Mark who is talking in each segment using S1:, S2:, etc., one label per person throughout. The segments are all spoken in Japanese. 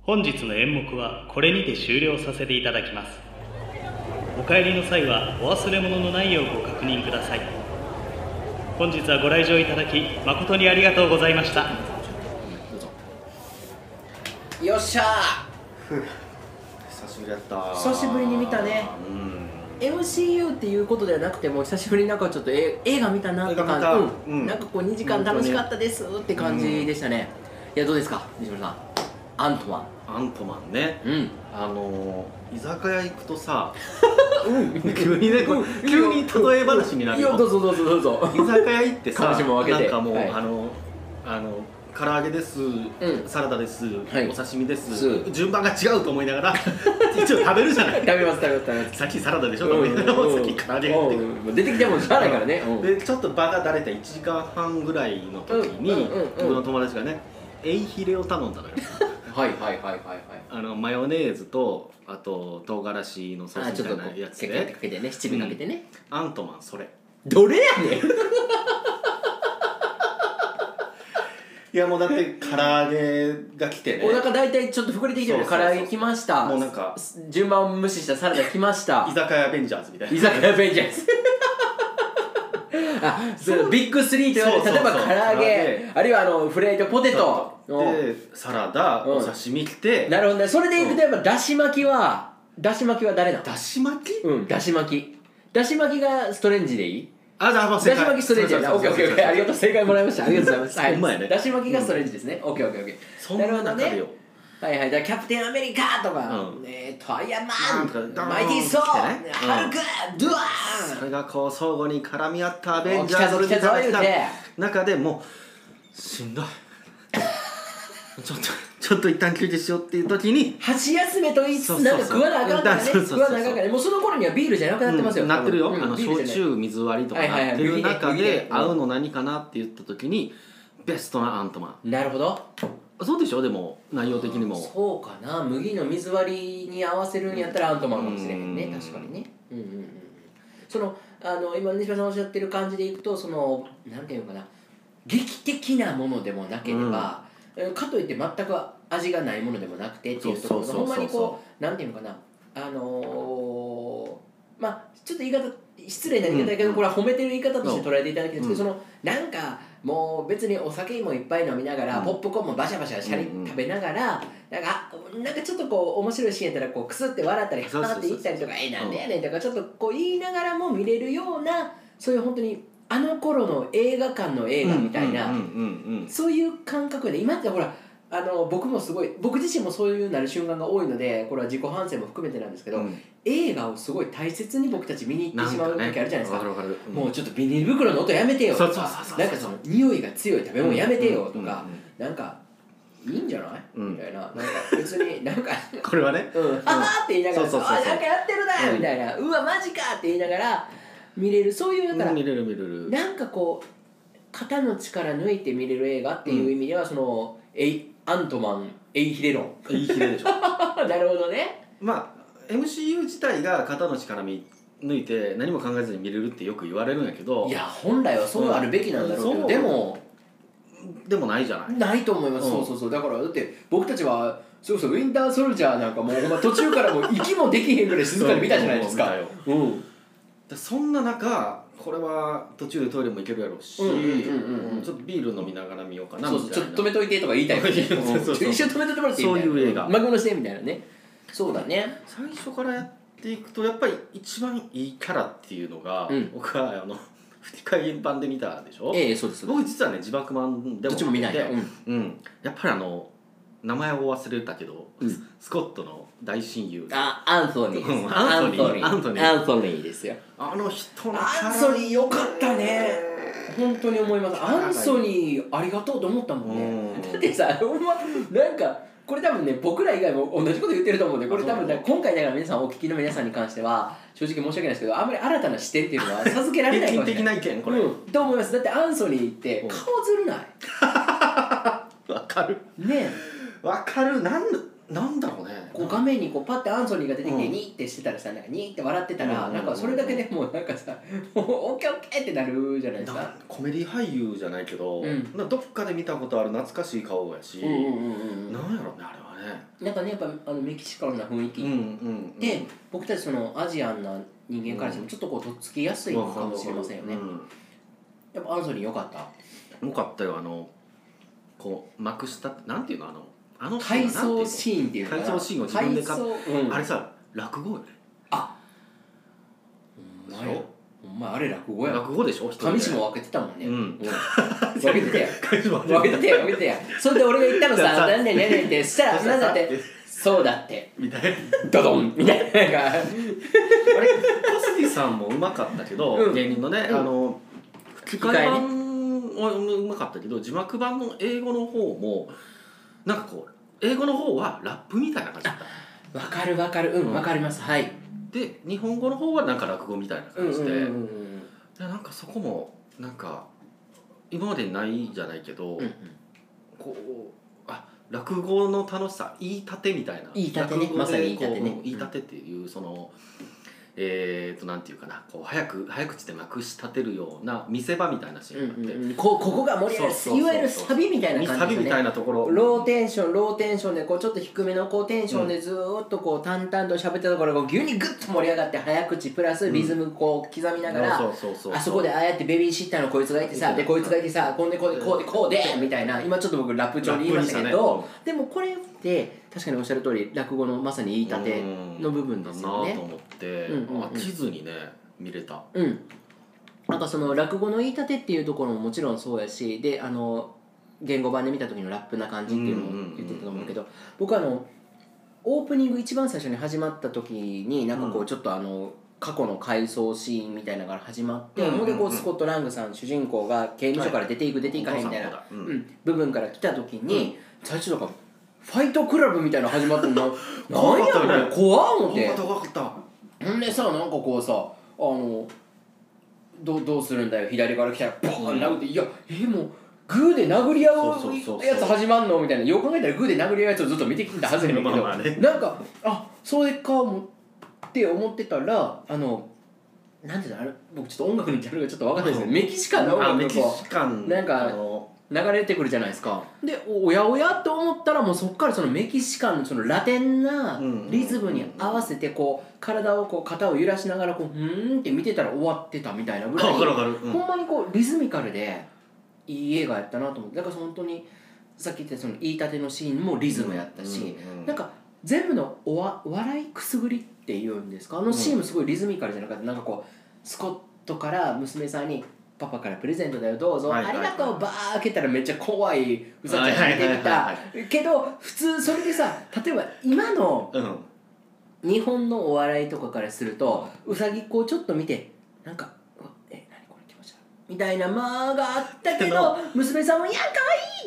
S1: 本日の演目はこれにて終了させていただきますお帰りの際はお忘れ物のないようご確認ください本日はご来場いただき誠にありがとうございました
S2: よっしゃー
S3: 久しぶりだった
S2: 久しぶりに見たね
S3: うん
S2: MCU っていうことではなくても久しぶりになんかちょっとえ映画見たなって
S3: 映画
S2: 感じ、
S3: 見た
S2: うん
S3: うん
S2: なんかこう2時間楽しかったですって感じでしたね、いやどうですか西村さんアントマ
S3: アントマンね
S2: ンうん
S3: あのー、居酒屋行くとさ急にねこ
S2: う
S3: れ
S2: ん
S3: 急に例え話になる
S2: いいよどう
S3: よ
S2: ぞどうぞどうぞ
S3: 居酒屋行ってさ
S2: 彼女も分けて
S3: なんかもう、
S2: はい
S3: あのあの唐揚げです、
S2: ん
S3: サラダです、
S2: はい
S3: お刺身です
S2: す
S3: 順番が違うと思いな がら一応食べるじゃな
S2: 食
S3: い
S2: べます食べます食べます
S3: さっきサラダでしょと思いながら
S2: う
S3: さ
S2: ん
S3: っき唐揚げ行って
S2: うんうん出てきてもしゃあないからね、うん
S3: でちょっと場がだれた1時間半ぐらいの時に、
S2: うんうんうんうん
S3: 僕の友達がねエイヒレを頼んだのよ
S2: はいはいはいはいはい
S3: あのマヨネーズとあと唐辛子のソ
S2: あ
S3: ー
S2: ち
S3: ス
S2: ょっと
S3: みたい
S2: こ
S3: な
S2: う
S3: やつ
S2: ケッて
S3: で
S2: かけてね七味かけてね、
S3: アントマンそれ
S2: どれやねん
S3: いやもうだって唐揚げが来てね
S2: お腹大体ちょっと膨れてきてるよ
S3: そう
S2: 唐
S3: そうそう
S2: 揚げきました
S3: もうなんか
S2: 順番を無視したサラダ来ました
S3: 居酒屋アベンジャーズみたい
S2: 居
S3: な
S2: 酒屋ベンジャーズあそうビッグスリーと言われ
S3: そう
S2: る例え
S3: そう
S2: ば
S3: そう
S2: 唐揚げ
S3: 唐揚げ
S2: あるいはあのフライドポテトう
S3: でサラダ
S2: うん
S3: お刺身来て
S2: んなるほどねそれでいくと
S3: う
S2: やっぱだし巻きはだし巻きは誰なの
S3: だし巻き
S2: うんだし巻きだし巻きがストレンジでいい
S3: あじゃあもう
S2: だし巻きストレンジやなオ
S3: そう
S2: ッケー
S3: そう
S2: オッケーオッ
S3: そう
S2: ケーありがとう正解もらいましたありがとうございますは
S3: ほんまやね
S2: だし巻きがストレンジですねオッケーオッケーオッケ
S3: そ
S2: ー
S3: ん
S2: な
S3: な
S2: るほど
S3: 中
S2: ね
S3: でよ
S2: はいはいだからキャプテンアメリカとか
S3: うん
S2: えーとアイアン
S3: なんとかド
S2: マ
S3: ー
S2: ン
S3: ン
S2: マイティーソー
S3: ってねうん
S2: ハルクドゥアーン
S3: それがこう相互に絡み合ったアベンジャーズ
S2: お来たぞ来たぞ
S3: みたいな
S2: 言うて
S3: 中でもうしんどいちょっとちょっと一旦休憩しようっていう時に
S2: 箸休めと言いつ
S3: そう
S2: つ
S3: そう
S2: な
S3: そ
S2: ん
S3: う
S2: か食わなあかんからね
S3: そうそうそうそう
S2: 食わなあかんからねもうその頃にはビールじゃなくなってますよ、
S3: うんなってるよ、
S2: 多分
S3: あの
S2: ビールじゃ
S3: 焼
S2: ない
S3: 酎水割りとか
S2: はいはいはい
S3: なってる中
S2: 右で右
S3: で
S2: で
S3: 合うの何かなって言った時にベストなアントマ
S2: なるほど
S3: ンそうでしょでも内容的にも
S2: そうかな麦の水割りに合わせるんやったらアントマンかもしれへんね
S3: うん
S2: 確かにねうんうんうんうんそのあの今西村さんおっしゃってる感じでいくとそのなんていうのかな劇的なものでもなければ、えかといって全く味がないものでもなくてっていうところの
S3: そう
S2: ほ
S3: そうんそうそう
S2: まにこうなんていうのかなあのー、まあちょっと言い方失礼な言い方だけど、
S3: うん
S2: これは褒めてる言い方として捉えていただきたいんですけど、
S3: う
S2: そのなんかもう別にお酒もいっぱい飲みながら、
S3: うん
S2: ポップコーンもバシャバシャシャリ
S3: うんうん
S2: 食べながら、なんかあなんかちょっとこう面白いシーンやったらこうくすって笑ったりハ
S3: そうそう
S2: ー
S3: そ
S2: っ
S3: う
S2: て
S3: そ
S2: 言
S3: う
S2: ったりとか「えなんでやねん」とかちょっとこう言いながらも見れるようなそういう本当にあの頃の映画館の映画みたいな、
S3: うんうんうん
S2: そういう感覚で今ってほらあの僕もすごい僕自身もそういうなる瞬間が多いのでこれは自己反省も含めてなんですけ
S3: う
S2: ど、
S3: んうん
S2: 映画をすごい大切に僕たち見に行ってしまう時あるじゃないですか
S3: わかるわかるうん
S2: もうちょっとビニール袋の音やめてよと
S3: そうそう
S2: か
S3: そうそう
S2: なんかその匂いが強い食べ物やめてよとか
S3: うんうん
S2: なんかいいんじゃない
S3: うん
S2: みたいななんか別になんか
S3: うんこれはね
S2: うんははって言いながら
S3: そうそうそう
S2: あ
S3: そう
S2: なんかやってるな
S3: うん
S2: みたいなうわマジかって言いながら見れるそういうだから
S3: 見れる見れる
S2: なんかこう肩の力抜いて見れる映画っていう意味ではそのエイアントマンエイヒレ論
S3: いいひれでしょ
S2: なるほどね
S3: まあ MCU 自体が肩の力抜いて何も考えずに見れるってよく言われるんやけど
S2: いや本来はそうあるべきなんだろうけ
S3: うん
S2: ど
S3: そう
S2: でも
S3: でもないじゃない
S2: ないと思います、
S3: うん
S2: そうそうそうだからだって僕たちはそうそうウィンターソルジャーなんかもうほんま途中からもう息もできへんぐらい静かに見たじゃないですか
S3: そう
S2: うんうん
S3: でそんな中これは途中でトイレも行けるやろうし、
S2: うんうんうんうん
S3: ちょっとビール飲みながら見ようかな
S2: そ
S3: み
S2: うそう
S3: た
S2: ち
S3: い
S2: ょ
S3: な
S2: っと止めといてとか言いたいよね
S3: そうそうそう
S2: うんちょ一瞬止めといてもらっていいみたな
S3: そういう映画
S2: マグロしてみたいなねそうだね
S3: 最初からやっていくとやっぱり一番いいキャラっていうのが、
S2: うん
S3: 僕はあの 吹き替え版で見たでしょ、
S2: ええそうですど
S3: 僕実はね字幕版でも
S2: っちも見ないよ、
S3: て
S2: うん
S3: うん、やっぱりあの名前を忘れたけど、
S2: うん
S3: ススコットの大親友
S2: あアンソニーで
S3: う
S2: す
S3: んアンソニー
S2: アンソニー
S3: ア
S2: アンソニーですよ
S3: あの人のキャラ
S2: アンソニーよかったね本当に思いますアンソニーありがとうと思ったもんね、
S3: うん
S2: だってさほんまなんかこれ多分ね僕ら以外も同じこと言ってると思うんでこれ多分ね今回だから皆さんお聞きの皆さんに関しては正直申し訳ないですけどあんまり新たな視点っていうのは授けられ
S3: 平
S2: ないか
S3: 均
S2: もしれ
S3: 的
S2: ない。
S3: な意見これ、
S2: うん、と思いますだってアンソニーって
S3: うん
S2: 顔ずるない
S3: わかる
S2: ね
S3: わかるなんなんだろうね
S2: こう画面にこうパッてアンソニーが出てきて
S3: うん
S2: ニーってしてたらさなんかニーって笑ってたら
S3: うん
S2: なんかそれだけでもうなんかさもうオッケーオッケーってなるじゃないです
S3: なん
S2: か
S3: かコメディ俳優じゃないけど、
S2: うん
S3: なんかどっかで見たことある懐かしい顔やし、
S2: うんうんうんうん
S3: なんやろねあれはねね
S2: なんかねやっぱあのメキシカンな雰囲気
S3: うんうん
S2: で、僕たちそのアジアンな人間からしてもちょっとこうとっつきやすいのかもしれませんよね、
S3: う
S2: やっぱアンソニーよかった
S3: ん、よかったよあのこう幕下ってなんていうのあのあのシーン
S2: 体
S3: はなんていう
S2: 操
S3: の
S2: シーンっていうかな
S3: 体操シーンを自分で買っ
S2: 体操うん、
S3: あれさ落語よね
S2: ほんまやほんまあれ落語や
S3: 落語でしょ一人で
S2: 上地も分けてたもんね、
S3: うん
S2: 分けてたやん
S3: 上 地も
S2: 分けてたやん分けてたやんそれで俺が言ったの
S3: だ
S2: さ
S3: さ
S2: 何々何々ってしたら
S3: ださ
S2: 何だ ってそうだって
S3: みたいな
S2: ドドンみたいななんか
S3: あれ小杉さんもうまかったけど、
S2: うん
S3: 芸人のね、
S2: うん
S3: あの吹き替え版はうまかったけど字幕版の英語の方もなんかこう英語の方はラップみたいな感じだった
S2: 分かる分かるう
S3: うんん
S2: 分かりますはい
S3: で日本語の方はなんか落語みたいな感じで,、
S2: うんうんうん
S3: でなんかそこもなんか今までにないじゃないけ
S2: う
S3: ど、
S2: んうん
S3: こうあ落語の楽しさ言い立てみたいな
S2: 言い立てね
S3: 落語で
S2: まさに言い立てね
S3: こううん言い立てっていうその、えー、となんていうかなこう早く早口でまくし立てるような見せ場みたいなシーンがあって、
S2: うんうんこここが盛り上が
S3: そうそうそうそう
S2: るいわゆるサビみたいな
S3: サ
S2: 感
S3: ビ
S2: じ
S3: み
S2: です
S3: た
S2: ね
S3: いなところ
S2: ローテンションローテンションでこうちょっと低めのこうテンションでずーっとこう淡々と喋ったところが急にグッと盛り上がって早口プラスリズムこう刻みながら、
S3: そうそうそうそう
S2: あそこでああやってベビーシッターのこいつがいてさでこいつがいてさこんでこうでこうでこうでみたいな今ちょっと僕ラップ調に言いましたけ
S3: ラップ
S2: どでもこれって確かにおっしゃる通り落語のまさに言い立ての部分ですよ
S3: うんだなと
S2: ね。
S3: 思って、
S2: うんうんうん
S3: あ地図にね見れた
S2: うんなんかその落語の言い立てっていうところももちろんそうやしであの言語版で見た時のラップな感じっていうのも言ってたと思うけど僕はあのオープニング一番最初に始まった時になんかこ
S3: う
S2: うちょっとあの過去の回想シーンみたいなのが始まって
S3: うんうんうん
S2: ほんでこうスコット・ラングさん主人公が刑務所から出ていく出ていかへんみたいな
S3: う
S2: うんん、部分から来た時に、最初だからファイトクラブみたいなの始まったのな何やこ
S3: 怖かったよ
S2: れ怖
S3: ね
S2: っ思っ
S3: 怖
S2: て
S3: かった怖かった
S2: ほんでさなんかこうさあのどうどうするんだよ左から来たらポーン殴って、いやえもうグーで殴り合
S3: そうそうそうそう
S2: うやつ始まんのみたいなよく考えたらグーで殴り合うやつをずっと見てきたはず やねんけど、
S3: まあまあね
S2: なんかあそれかもって思ってたらあのなんていうのあれ僕ちょっと音楽のジャンルがちょっと分かんないですけどメキシカンの音
S3: あ
S2: 楽
S3: メ
S2: の
S3: キシカン
S2: なんか
S3: あの
S2: 流れてくるじゃないですかでおおやおやと思ったらもうそこからそのメキシカンのそのラテンな
S3: うんうん
S2: リズムに合わせてこう体をこう肩を揺らしながらこううーんって見てたら終わってたみたいなぐらい
S3: わかるわかる、うん
S2: ほんまにこうリズミカルでいい映画やったなと思ってだから本当にさっき言ったその言い立てのシーンもリズムやったし、
S3: うんうん
S2: なんか全部のおわ笑いくすぐりっていうんですかあのシーンもすごいリズミカルじゃなかったなんかこうスコットから娘さんに「パパからプレゼントだよどうぞ、
S3: はいはいはい
S2: ありがとう」バー開けたらめっちゃ怖いふざけてみ
S3: はいはいは
S2: たけど普通それでさ例えば今の
S3: うん
S2: 日本のお笑いとかからするとうさぎっ子をちょっと見てなんか「うわえ何これ気持ち悪い」みたいな間があった け
S3: け
S2: ど
S3: ど
S2: 娘さんも「いや可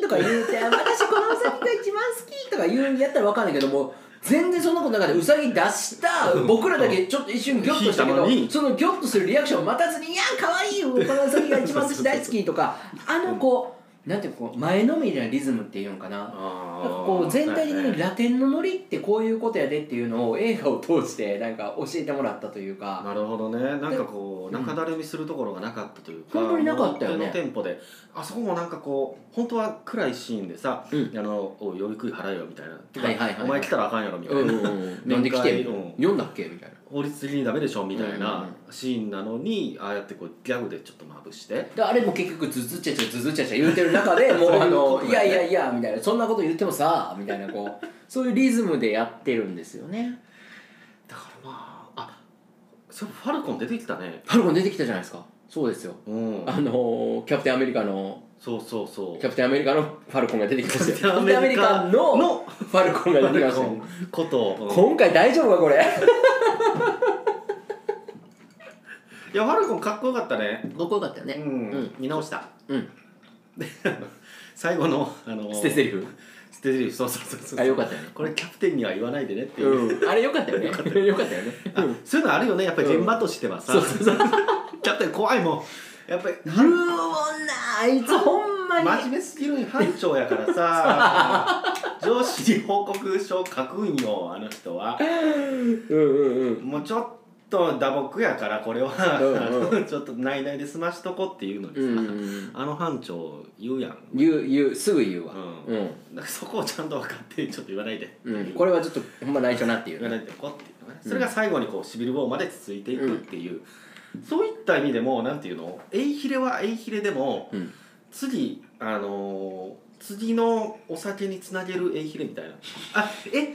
S2: 愛いとか言 うて「私このうさぎが一番好き」とか言うんやったら分かんないけども全然そんなことなかったうさぎ出した僕らだけちょっと一瞬ギョッとしたけど
S3: 引い
S2: そのギョッとするリアクションを待たずに「いや可愛いこのうさぎが一番好き大好き」とかあのこうなんていうかこう前のめりなリズムっていうんかな
S3: あ
S2: なんか
S3: ー
S2: こう全体的
S3: はいは
S2: に
S3: い
S2: ラテンのノリってこういうことやでっていうのを映画を通してなんか教えてもらったというか
S3: なるほどねなんかこう中だるみするところがなかったというか
S2: 本当になかったよね
S3: もう手のテンポであそこもなんかこう本当は暗いシーンでさ「
S2: うん
S3: あのおい呼び食い払えよ」みたいな「てか
S2: はいはいはいはい
S3: お前来たらあかんやろ」みたいな、
S2: なんで来て
S3: 面会うん
S2: 読んだっけみたいな
S3: 法律的にダメでしょみたい
S2: うんう
S3: な
S2: ん
S3: シーンなのに、ああやってこうギャグでちょっとまぶして
S2: であれも結局ズズチャチャズズチャチャ言うてる中 でもうあの
S3: そういうこと
S2: いや
S3: だね
S2: いやいやみたいなそんなこと言ってもさみたいなこうそういうリズムでやってるんですよね
S3: だからまああそれファルコン出てきたね
S2: ハルコン出てきたじゃないですかそうですよ
S3: うん
S2: あのーキャプテンアメリカの
S3: そうそうそう
S2: キャプテンアメリカのファルコンが出てきましたよ
S3: キャプテンアメリ
S2: キャプテ
S3: カ
S2: ンアメリカの
S3: の
S2: ファルコンが 出てきましたよ
S3: こと、うん
S2: 今回大丈夫かこれ
S3: いやファルコンかっこよかったね
S2: かっこよかったよね
S3: うん、
S2: うん
S3: 見直した
S2: うん
S3: 最後のあの
S2: 捨てゼリフ
S3: 捨てゼリフそうそうそうそう
S2: あよかったよね
S3: これキャプテンには言わないでねっていう、
S2: うんあれよかったよねよかったよね
S3: あそういうのあるよねやっぱり現場としてはさ、
S2: そうそうそう
S3: キャプテン怖いもんやっぱり
S2: 言うもんなあいつほんまに
S3: 真面目すぎる班長やから さ上司に報告書書くんよあの人は
S2: うんうんうん
S3: もうちょっと打撲やからこれは
S2: うん
S3: あのちょっと内々で済ましとこっていうのにさ、
S2: うん
S3: あの班長言うやん、
S2: 言う言うすぐ言うわ
S3: う
S2: うん
S3: だからそこをちゃんと分かってちょっと言わないで、
S2: うんこれはちょっとほんま内緒なっていう
S3: 言わないでこっていうのねそれが最後にこうシビルウォーまで続いていくっていう、そういった意味でもなんていうのえいひれはえいひれでも
S2: うん
S3: 次あのー次のお酒につなげるえいひれみたいなあええい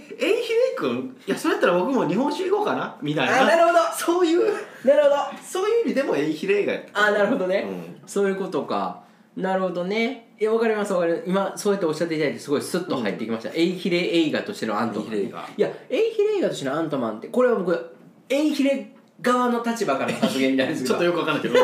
S3: ひれくんいやそれやったら僕も日本酒行こうかなみたいな
S2: るほど
S3: そういう
S2: なるほど
S3: そういう意味でもえいひれが
S2: あなるほどね
S3: うん
S2: そういうことかなるほどねいやわかりますわかります今そうやっておっしゃっていただいてすごいスッと入ってきました、エイヒレ映画としてのアントマンね
S3: エイヒレ映画
S2: いやエイヒレ映画としてのアントマンってこれは僕エイヒレ側の立場からの発言になるんですけ
S3: ちょっ
S2: ど
S3: とよくわかんないけ ど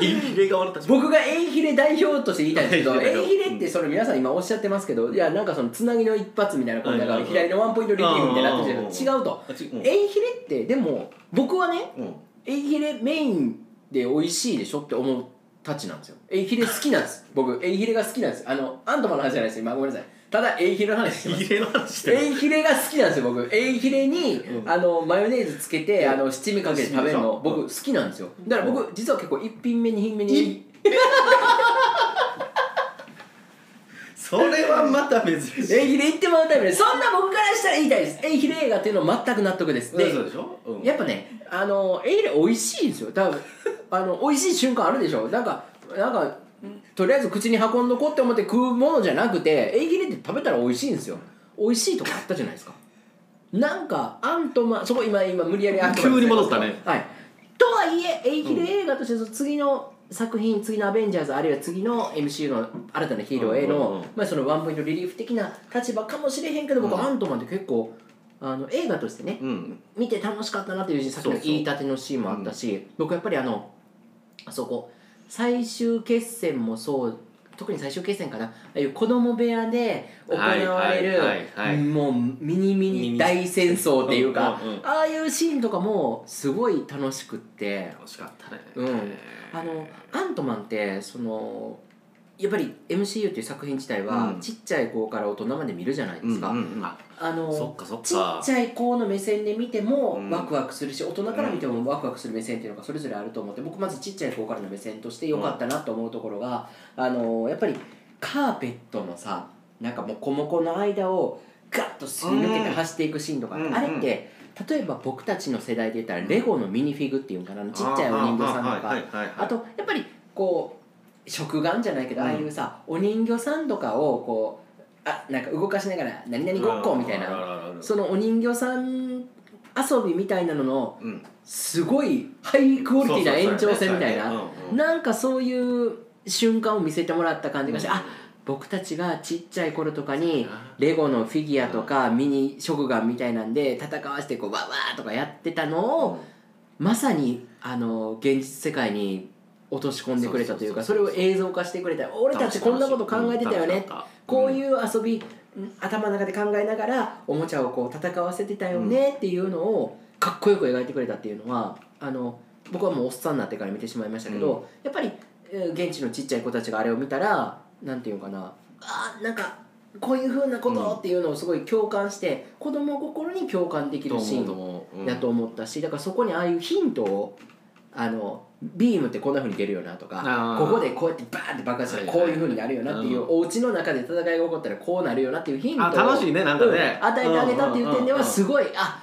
S3: えいひれが終わった
S2: 僕がエイヒレ代表として言いたいんですけど
S3: エ
S2: エ
S3: イ
S2: イ
S3: ヒ
S2: ヒ
S3: レ
S2: レってそれ皆さん今おっしゃってますけどいやなんかそのつなぎの一発みたいなこうなん
S3: う
S2: か
S3: ん
S2: 左のワンポイントリティーみたいになってるけど
S3: う
S2: 違うと
S3: あちうん
S2: エイヒレってでも僕はね
S3: うん
S2: エイヒレメインで美味しいでしょって思うたちなんですよエイヒレ好きなんです 僕エイヒレが好きなんですあのアントマンの話じゃないです今ごめんなさいただエイヒレの話してま
S3: えい
S2: す
S3: ひれの話してる
S2: エイヒレが好きなんですよ僕エイヒレに、
S3: うん
S2: あのマヨネーズつけて、
S3: うん
S2: あの七味かけて食べるの
S3: 七味か
S2: 僕好きなんですよだから僕、実は結構一品目二品目
S3: い
S2: に
S3: それはまた珍しい
S2: エイヒレ行ってもらうタイプでそんな僕からしたら言いたいですエイヒレ映画っていうのは全く納得ですで
S3: そうでしょ、うん
S2: やっぱねあのエイヒレ美味しいんですよ多分 あの美味しい瞬間あるでしょなんかなんかとりあえず口に運んどこうって思って食うものじゃなくてエイヒレって食べたら美味しいんですよ美味しいとかあったじゃないですかなんかアントマンそこ今今無理やりアントマン
S3: 急に戻ったね
S2: はいとはいえエイヒレ映画としてその次の作品、次のアベンジャーズあるいは次の MCU の新たなヒーローへの、
S3: うんうんうん
S2: まあ、そのワンポイントリリーフ的な立場かもしれへんけど僕、
S3: うん
S2: アントマンって結構あの映画としてね、
S3: うん
S2: 見て楽しかったなというさっき
S3: そう
S2: の
S3: そう
S2: 言い立てのシーンもあったし、僕やっぱりあのあそこ最終決戦もそう特に最終決戦かなああいう子供部屋で行われる、
S3: はいはいはいはい
S2: もうミニミニ大戦争っていうか
S3: うんうんうん
S2: ああいうシーンとかもすごい楽しくって
S3: 楽しかったね
S2: うんあのアントマンってそのやっぱり MCU っていう作品自体は、
S3: うん
S2: ちっちゃい子から大人まで見るじゃないですか。
S3: うんうんうんあ
S2: あの
S3: そっかそっか
S2: ちっちゃい子の目線で見ても
S3: うん
S2: ワクワクするし、大人から見てもワクワクする目線っていうのがそれぞれあると思って僕まずちっちゃい子からの目線として良かったなと思うところが、あのーやっぱりカーペットのさなんかモコモコの間をガッとすり抜けて走っていくシーンとか、
S3: うん
S2: あれって例えば僕たちの世代で言ったらレゴのミニフィグっていうんかなあのちっちゃいお人形さんとか
S3: あーはいはいはいはい
S2: あとやっぱりこう食玩じゃないけど、
S3: うん
S2: ああいうさお人形さんとかをこうあなんか動かしながら「何々ごっこ」みたい
S3: あるあ
S2: な
S3: るある
S2: そのお人形さん遊びみたいなのの
S3: うん
S2: すごいハイクオリティな延長戦みたいな
S3: な
S2: なんかそういう瞬間を見せてもらった感じがして、あ僕たちがちっちゃい頃とかにレゴのフィギュアとかミニ食玩みたいなんで戦わせてこうわーわーとかやってたのをまさにあの現実世界に落とし込んでくれたというか
S3: そ
S2: そうれ
S3: そう
S2: を
S3: そうそう
S2: 映像化してくれた俺たちこんなこと考えてたよねこういうう遊びん頭の中で考えながらおもちゃをこう戦わせてたよねっていうのをかっこよく描いてくれたっていうのはあの僕はもうおっさんになってから見てしまいましたけど、やっぱりえー現地のちっちゃい子たちがあれを見たらなんていうのかなあーなんかこういうふうなことっていうのをすごい共感して、子供心に共感できるシーン
S3: ン
S2: だと思ったしだからそこにああいうヒントをあのビームってこんなふうに出るよなとか
S3: あー
S2: ここでこうやってバーンって爆発したら
S3: はいはい
S2: こういうふうになるよなっていう、
S3: うん
S2: お家の中で戦いが起こったらこうなるよなっていうヒントを
S3: あ楽しいねなんか
S2: うん
S3: ね
S2: 与えてあげたっていう点ではすごい、あ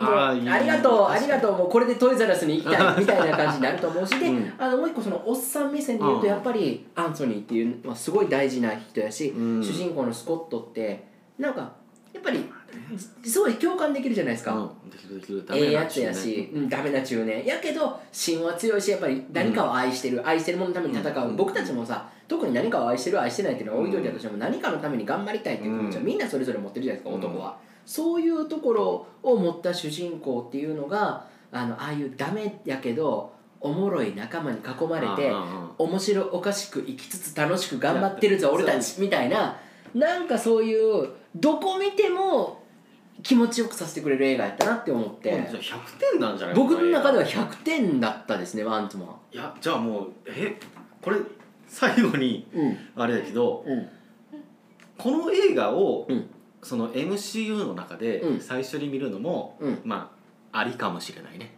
S2: もう
S3: あーいい
S2: ありがとうあ
S3: 確かに
S2: りがとうもうこれでトイザらスに行きたいみたいな感じになると思うしで、
S3: うん
S2: あのもう一個そのおっさん目線で言う
S3: うん
S2: とやっぱりアンソニーっていう、まあ、すごい大事な人やし、
S3: うん
S2: 主人公のスコットってなんかやっぱりすごい共感できるじゃないですか。
S3: うんできるできる
S2: ええやつやし、うん、ダメな中年やけど芯は強いしやっぱり何かを愛してる、愛してるもののために戦う、
S3: うん
S2: 僕たちもさ特に何かを愛してる愛してないっていうのは置いといたとしても、何かのために頑張りたいっていう気持ちは
S3: うん
S2: みんなそれぞれ持ってるじゃないですか、
S3: うん
S2: 男はそういうところを持った主人公っていうのがあのああいうダメやけどおもろい仲間に囲まれて、
S3: うんうんうん
S2: 面白おかしく生きつつ楽しく頑張ってるぞ俺たちみたいななんかそういうどこ見ても気持ちよくさせてくれる映画やったなって思っ
S3: じゃ
S2: て
S3: あ100点なんじゃない
S2: 僕の中では
S3: こ
S2: 100点だったですねワントマ
S3: れいやじゃあもうえこれ最後に
S2: ンうん
S3: あれだけど
S2: うん
S3: この映画を、
S2: うん
S3: その MCU の中で
S2: うん
S3: 最初に見るのも、
S2: うん
S3: まあありかもしれないね